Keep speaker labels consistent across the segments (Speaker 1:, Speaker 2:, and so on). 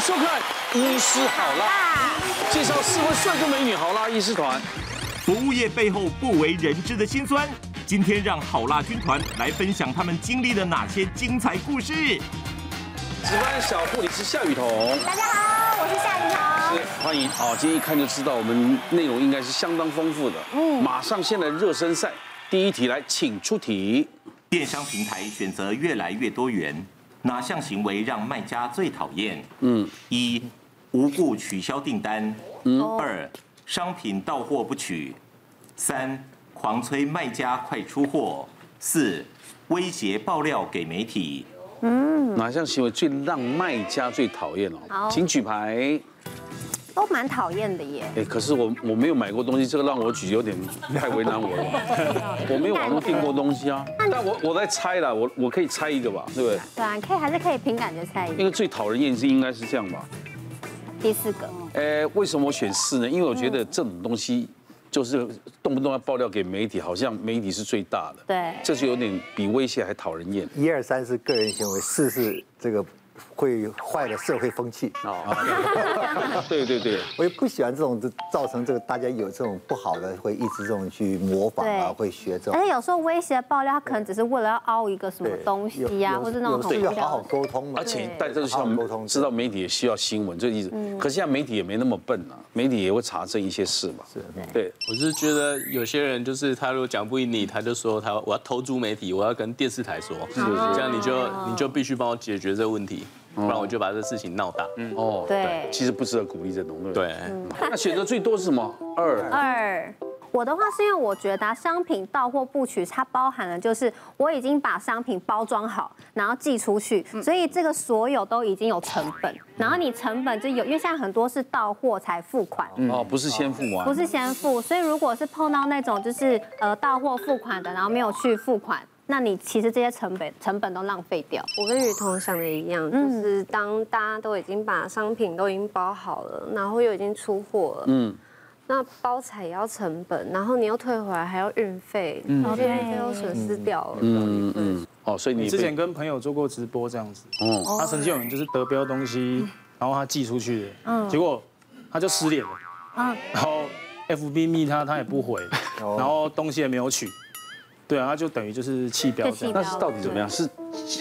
Speaker 1: 收看《医师好啦》，介绍四位帅哥美女好啦医师团。
Speaker 2: 服务业背后不为人知的辛酸，今天让好辣军团来分享他们经历了哪些精彩故事。
Speaker 1: 值班小护理师夏雨桐，
Speaker 3: 大家好，我是夏雨
Speaker 1: 是
Speaker 3: 桐。
Speaker 1: 欢迎哦！今天一看就知道我们内容应该是相当丰富的。嗯，马上先来热身赛，第一题来，请出题。
Speaker 2: 电商平台选择越来越多元，哪项行为让卖家最讨厌？嗯，一无故取消订单。嗯，二商品到货不取。三狂催卖家快出货。四威胁爆料给媒体。
Speaker 1: 哪项行为最让卖家最讨厌哦
Speaker 3: 嗯好？
Speaker 1: 请举牌。
Speaker 3: 都蛮讨厌的耶。
Speaker 1: 哎，可是我我没有买过东西，这个让我举有点太为难我 了吧？我没有网络订过东西啊，但我我在猜啦，我我可以猜一个吧，对不对？
Speaker 3: 对啊，可以还是可以凭感觉猜一
Speaker 1: 因为最讨人厌是应该是这样吧？
Speaker 3: 第四个，
Speaker 1: 哎，为什么我选四呢？因为我觉
Speaker 3: 嗯
Speaker 1: 得这种东西就是动不动要爆料给媒体，好像媒体是最大的。
Speaker 3: 对
Speaker 1: 这就有点比威胁还讨人厌。
Speaker 4: 一二三是个人行为，四是这个会坏了社会风气。
Speaker 1: 哦， 对对对，
Speaker 4: 我也不喜欢这种造成这个大家有这种不好的，会一直这种去模仿啊，
Speaker 3: 对
Speaker 4: 会学这种
Speaker 3: 而。且有时候威胁爆料，他可能只是为了要凹一个什么
Speaker 4: 对
Speaker 3: 东西呀、
Speaker 4: 有有
Speaker 3: 或是那种
Speaker 4: 有时候
Speaker 3: 很无
Speaker 4: 要好
Speaker 3: 聊
Speaker 4: 好
Speaker 3: 的。
Speaker 4: 沟通嘛。
Speaker 1: 而且
Speaker 3: 对嗯
Speaker 1: 大家都需要
Speaker 4: 好好沟通
Speaker 1: 知道媒体也需要新闻，这意思。可是现在媒体也没那么笨啊，媒体也会查证一些事嘛。是，对。
Speaker 5: 我是觉得有些人就是他如果讲不赢你，他就说他我要投猪媒体，我要跟电视台说，这样你就你就必须帮我解决这个问题，不然我就把这事情闹大。
Speaker 1: 哦，
Speaker 3: 对
Speaker 1: 其实不值得鼓励这种，对不对？
Speaker 5: 对，
Speaker 1: 那选择最多是什么？二。
Speaker 3: 二，我的话是因为我觉得、啊、商品到货不取，它包含了就是我已经把商品包装好，然后寄出去，所以这个所有都已经有成本，然后你成本就有，因为现在很多是到货才付款，
Speaker 1: 哦，不是先付完，
Speaker 3: 不是先付，所以如果是碰到那种就是呃到货付款的，然后没有去付款，那你其实这些成本成本都浪费 掉。
Speaker 6: 我跟雨桐想的一样，就是当大家都已经把商品都已经包好了，然后又已经出货了，嗯，那包材也要成本，然后你又退回来还要运费，这些运费又损失掉了，嗯嗯，
Speaker 1: 哦，所以你
Speaker 7: 之前
Speaker 1: 被
Speaker 7: 跟朋友做过直播这样子，他曾经有人就是得标东
Speaker 3: 哦
Speaker 7: 西，然后他寄出去的，
Speaker 3: 嗯
Speaker 7: 结果他就失联了，然后 FB 密他，他也不回，然后东西也没有取，对啊，他就等于就是弃标
Speaker 3: 就
Speaker 7: 这
Speaker 3: 弃
Speaker 7: 样
Speaker 3: 标，
Speaker 1: 那是到底怎么样？是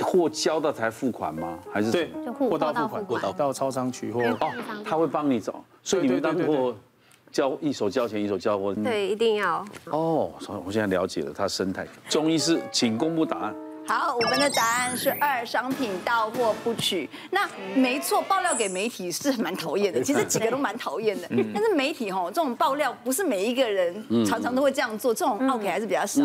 Speaker 1: 货交到才付款吗？还是
Speaker 7: 对
Speaker 1: 什么？，
Speaker 3: 就货
Speaker 7: 到
Speaker 3: 货到
Speaker 7: 付
Speaker 3: 付
Speaker 7: 款，
Speaker 3: 款
Speaker 7: 到到超商取货，
Speaker 1: 哦，他会帮你找，所以你们
Speaker 7: 对
Speaker 1: 当
Speaker 7: 对对
Speaker 1: 过交一手交钱一手交货。
Speaker 6: 对，一定要。
Speaker 1: 哦，我现在了解了他生态。中医师，请公布答案。
Speaker 8: 好，我们的答案是二，商品到货不取。那没错，爆料给媒体是蛮讨厌的，其实几个都蛮讨厌的。但是媒体吼这种爆料不是每一个人常常都会这样做，这种 OK 还是比较少。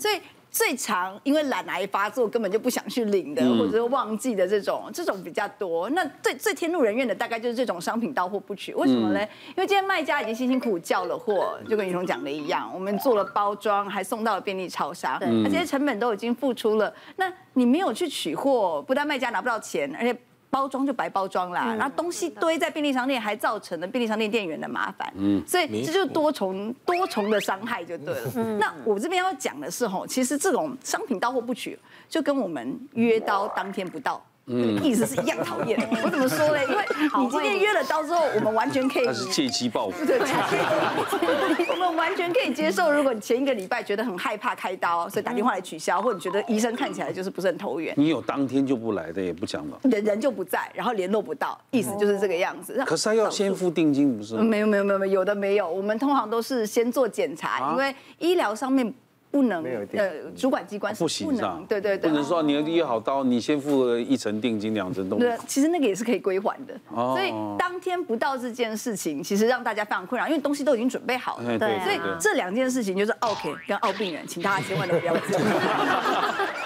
Speaker 8: 所以。最常因为懒癌发作，根本就不想去领的，或者是忘记的这种，这种比较多。那最最天怒人怨的大概就是这种商品到货不取，为什么呢？因为今天卖家已经辛辛苦苦叫了货，就跟雨桐讲的一样，我们做了包装，还送到了便利超商，那这些成本都已经付出了，那你没有去取货，不但卖家拿不到钱，而且。包装就白包装啦，然后东西堆在便利商店，还造成了便利商店店员的麻烦。嗯，所以这就是多重多重的伤害就对了。那我这边要讲的是吼，其实这种商品到货不取，就跟我们约刀当天不到。意思是一样讨厌，我怎么说呢？因为你今天约了刀之后，我们完全可以
Speaker 1: 他是借机报复。
Speaker 8: 对，我们完全可以接受。如果你前一个礼拜觉得很害怕开刀，所以打电话来取消，或者你觉得医生看起来就是不是很投缘，
Speaker 1: 你有当天就不来的，也不讲了。
Speaker 8: 人人就不在，然后联络不到，意思就是这个样子。
Speaker 1: 可是他要先付定金，不是吗？
Speaker 8: 没有没有没有没有，有的没有。我们通常都是先做检
Speaker 1: 啊
Speaker 8: 查，因为医疗上面不能
Speaker 4: 没有一，定
Speaker 8: 呃，主管机关
Speaker 1: 啊
Speaker 8: 是
Speaker 1: 不行
Speaker 8: 不
Speaker 1: 是吧
Speaker 8: 能，？对对对，
Speaker 1: 不能说你约好刀，你先付了一层定金，两层都没
Speaker 8: 对，其实那个也是可以归还的。
Speaker 1: 哦
Speaker 8: 所以当天不到这件事情，其实让大家非常困扰，因为东西都已经准备好
Speaker 1: 哎
Speaker 8: 了。
Speaker 1: 对
Speaker 3: 对啊
Speaker 8: 所以这两件事情就是 OK 跟奥病人，请大家千万都不要做。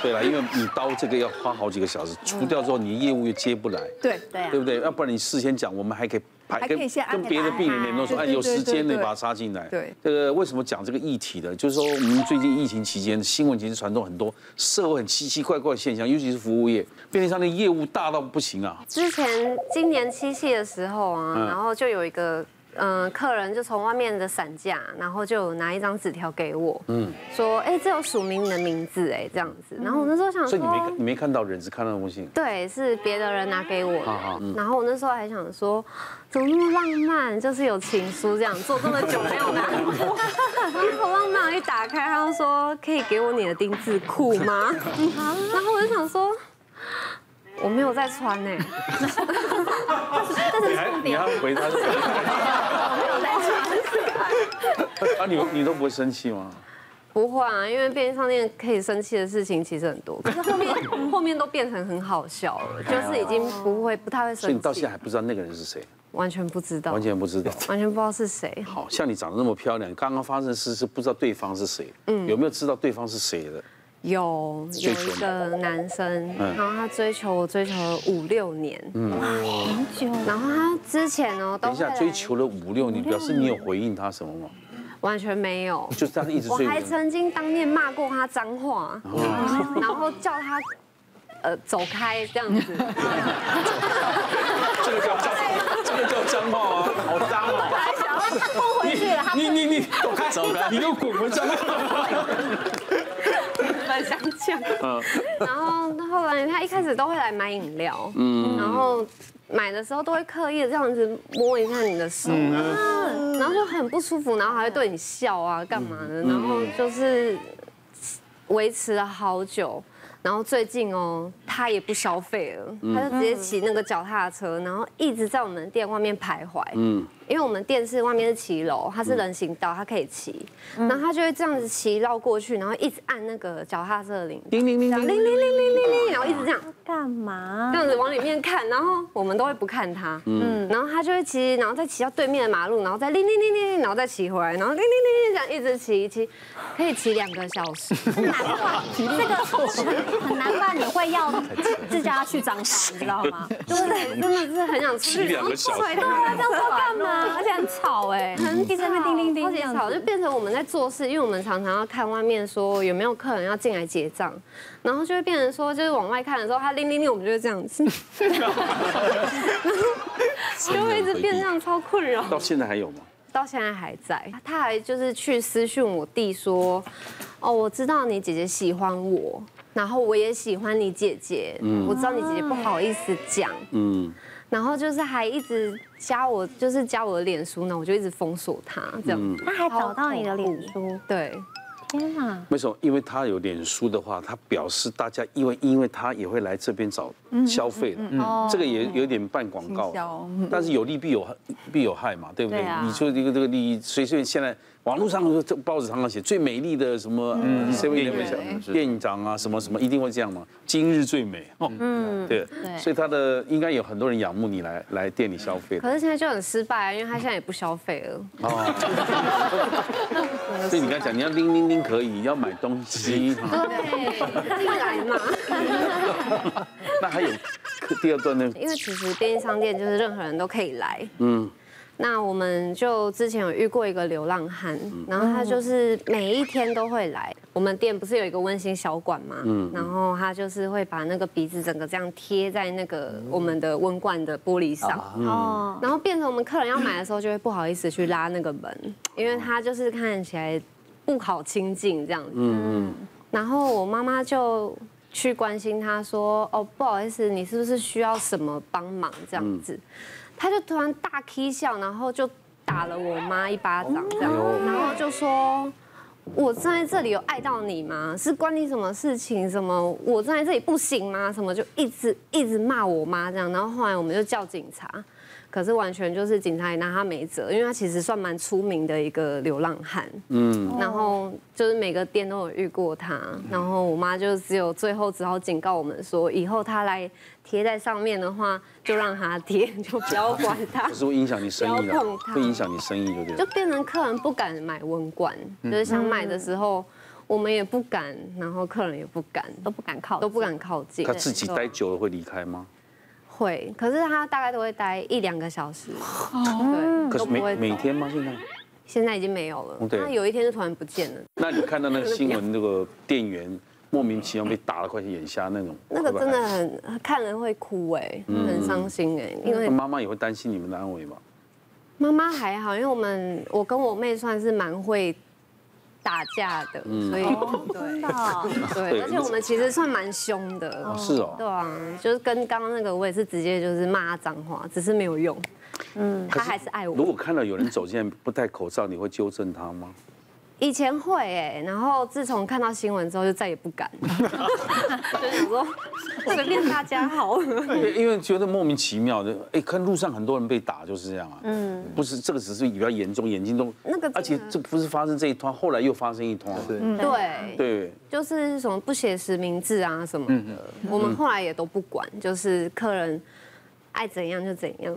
Speaker 1: 对了，因为你刀这个要花好几个小时，除掉之后你业务又接不来，
Speaker 8: 对
Speaker 3: 对啊
Speaker 1: 对，不对？要不然你事先讲，我们还可以排
Speaker 8: 还
Speaker 1: 跟
Speaker 8: 可以先安排
Speaker 1: 跟别的病人联络说，哎，
Speaker 8: 对对对
Speaker 1: 有时间
Speaker 8: 对
Speaker 1: 呢
Speaker 8: 对
Speaker 1: 把它插进来。
Speaker 8: 对
Speaker 1: 这个为什么讲这个议题呢？就是说我们最近疫情期间，新闻其实传动很多社会很奇奇怪怪的现象，尤其是服务业，便利商
Speaker 8: 哦
Speaker 1: 店业务大到不行啊。
Speaker 6: 嗯之前今年七夕的时候啊，然后就有一个嗯，客人就从外面的散架，然后就有拿一张纸条给我，嗯，说，哎，这有署名你的名字，哎，这样子。然后我那时候想
Speaker 1: 所以你没看
Speaker 6: 说，
Speaker 1: 你没看到人，只看到微信。
Speaker 6: 对，是别的人拿给我
Speaker 1: 好好嗯
Speaker 6: 的。然后我那时候还想说，怎么那么浪漫，就是有情书这样，做这么久没有拿过，然后好浪漫。一打开，他就说，可以给我你的丁字裤吗？然后我就想说。我没有在穿欸呢，
Speaker 1: 你还你
Speaker 8: 啊
Speaker 1: 还回他说，
Speaker 6: 我没有在穿。
Speaker 1: 啊，你你都不会生气吗？
Speaker 6: 不会啊，因为便利商店可以生气的事情其实很多，可是后面后面都变成很好笑了，就是已经不会不太会
Speaker 1: 所以
Speaker 6: 生
Speaker 1: 你到现
Speaker 6: 气
Speaker 1: 在，还不知道那个人是谁，
Speaker 6: 完全不知道，
Speaker 1: 完全不知道。
Speaker 6: 完全不知道是谁。
Speaker 1: 好像你长得那么漂亮，刚刚发生的事是不知道对方是谁，
Speaker 8: 嗯
Speaker 1: 有没有知道对方是谁的？
Speaker 6: 有有
Speaker 1: 追求
Speaker 6: 一个男生，
Speaker 1: 嗯
Speaker 6: 然后他追求我追求了五六年，
Speaker 3: 久
Speaker 6: 然后他之前哦都
Speaker 1: 等一
Speaker 6: 会
Speaker 1: 下
Speaker 6: 来
Speaker 1: 追求了五六年，表示你有回应他什么吗？
Speaker 6: 完全没有，
Speaker 1: 就是他一直
Speaker 6: 我
Speaker 1: 追
Speaker 6: 还
Speaker 1: 你。
Speaker 6: 曾经当面骂过他脏话，
Speaker 1: 哦
Speaker 6: 然后叫他呃走开这 样子。
Speaker 1: 这个叫脏，这个叫脏话啊，好脏哦！
Speaker 8: 不回去了，他
Speaker 1: 你你你走开，走开，你给我滚回家！
Speaker 6: 蛮想讲。然后后来他一开始都会来买饮料，嗯，然后买的时候都会刻意的这样子摸一下你的手，啊然后就很不舒服，然后还会对你笑啊，干嘛的，然后就是维持了好久。然后最近哦，他也不消费了，他就直接骑那个脚踏车，然后一直在我们店外面徘徊。嗯，因为我们店是外面是骑楼，它是人行道，它可以骑。然后他就会这样子骑绕过去，然后一直按那个脚踏车的铃
Speaker 1: 叮铃铃铃
Speaker 6: 铃铃铃铃铃铃，然后一直这样
Speaker 3: 干嘛
Speaker 6: 这？样子往里面看，然后我们都会不看他，嗯，然后他就会骑，然后再骑到对面的马路，然后再铃铃铃铃铃，然后再骑回来，然后铃铃铃铃这样一直骑骑，可以骑两个小 时，
Speaker 3: 难怪这个很难怪你会 要自家去长沙，你知道吗？
Speaker 6: 真的真的是很想吃，
Speaker 1: 两个小时
Speaker 6: 对啊他这样子干嘛？
Speaker 3: 而且很吵哎，
Speaker 6: 很
Speaker 3: 一直在那边叮叮叮
Speaker 6: 超级
Speaker 3: 这样子
Speaker 6: 吵，就变成我们在做事，因为我们常常要看外面说有没有客人要进来结账，然后就会变成说，就是往外看的时候，他铃铃铃，我们就会这样子， 然后就会一直变这样，超困扰。
Speaker 1: 到现在还有吗？
Speaker 6: 到现在还在。啊他还就是去私讯我弟说，哦，我知道你姐姐喜欢我，然后我也喜欢你姐姐，我知道你姐姐不好意思讲，
Speaker 1: 嗯，
Speaker 6: 然后就是还一直加我，就是加我的脸书呢，我就一直封锁他这样。
Speaker 3: 他还找到你的脸书，
Speaker 6: 对，
Speaker 3: 天哪！
Speaker 1: 为什么？因为他有脸书的话，他表示大家因为因为他也会来这边找消费的，嗯这个也有点半广告
Speaker 8: 营销，
Speaker 1: 但是有利必有害必有害嘛，对不对？
Speaker 3: 对啊
Speaker 1: 你就这个这个利益，所以所以现在网络上说这报纸常常写最美丽的什么呃 seven
Speaker 8: 对
Speaker 1: eleven 小店长啊什么什么，一定会这样嘛？今日最美哦，对，所以他的应该有很多人仰慕你来来店里消费的，
Speaker 6: 可是现在就很失败啊，因为他现在也不消费 了。
Speaker 1: 所以你刚才讲你要拎拎拎可以，要买东西，
Speaker 6: 对，进来嘛。
Speaker 1: 那还有第二段呢？
Speaker 6: 因为其实便利商店就是任何人都可以来。嗯。那我们就之前有遇过一个流浪汉，然后他就是每一天都会来。我们店不是有一个温馨小馆嘛，然后他就是会把那个鼻子整个这样贴在那个我们的温罐的玻璃上，
Speaker 3: 哦，
Speaker 6: 然后变成我们客人要买的时候就会不好意思去拉那个门，因为它就是看起来不好亲近这样子。然后我妈妈就去关心他说：“哦，不好意思，你是不是需要什么帮忙？”这样子，他就突然大 K 笑，然后就打了我妈一巴掌，这样，然后就说。我站在这里有爱到你吗？是关你什么事情？什么我站在这里不行吗？什么就一直一直骂我妈这样，然后后来我们就叫警察，可是完全就是警察也拿他没辙，因为他其实算蛮出名的一个流浪汉，嗯，然后就是每个店都有遇过他，然后我妈就只有最后只好警告我们说，以后他来贴在上面的话，就让他贴， 就不要管他
Speaker 1: 可。是会影响你生意
Speaker 6: 不要碰
Speaker 1: 的，
Speaker 6: 它
Speaker 1: 会影响你生意，对不
Speaker 6: 就
Speaker 1: 对？
Speaker 6: 变成客人不敢买温罐，
Speaker 1: 嗯
Speaker 6: 就是想买
Speaker 3: 嗯
Speaker 6: 的时候，我们也不敢，然后客人也不敢，
Speaker 3: 都不敢靠，
Speaker 6: 都不。敢靠近
Speaker 1: 他。自己待久了会离开吗？
Speaker 6: 会，可是他大概都会待一两个小时，
Speaker 3: 哦
Speaker 6: 对，
Speaker 1: 可是
Speaker 6: 都不
Speaker 1: 每
Speaker 6: 会
Speaker 1: 每
Speaker 6: 走。
Speaker 1: 天吗？现在？
Speaker 6: 现在已经没有了
Speaker 1: 哦，对
Speaker 6: 他有一天就突然不见了，
Speaker 1: 那你看到那个新闻，那个店员莫名其妙被打了，快眼瞎那种，
Speaker 6: 那
Speaker 1: 会
Speaker 6: 个
Speaker 1: 不会
Speaker 6: 真
Speaker 1: 害
Speaker 6: 的
Speaker 1: 嗯
Speaker 6: 很看人会哭哎，很伤心哎，因
Speaker 1: 怕
Speaker 6: 为
Speaker 1: 妈妈也会担心你们的安危嘛？
Speaker 6: 妈妈还好，因为我们我跟我妹算是蛮会打架的，所以
Speaker 3: 哦
Speaker 9: 对，
Speaker 1: 嗯 对
Speaker 3: 啊
Speaker 6: 对，而且我们其实算蛮凶的。
Speaker 1: 是哦
Speaker 6: 对啊，就是跟刚刚那个，我也是直接就是骂她脏话，只是没有用。嗯，她还是爱
Speaker 1: 如
Speaker 6: 我。
Speaker 1: 果看到有人走进来不戴口罩，你会纠正他吗？
Speaker 6: 以前会哎，然后自从看到新闻之后，就再也不敢，就想说随便大家好。
Speaker 1: 对，因为觉得莫名其妙的，哎，看路上很多人被打就是这样啊。嗯，不是这个只是比较严重，眼睛都
Speaker 6: 那个嗯
Speaker 1: 而且这不是发生这一团，后来又发生一团。
Speaker 10: 是
Speaker 6: 对，
Speaker 1: 对，
Speaker 6: 就是什么不写实名制啊什么的，我们后来也都不管，就是客人爱怎样就怎样。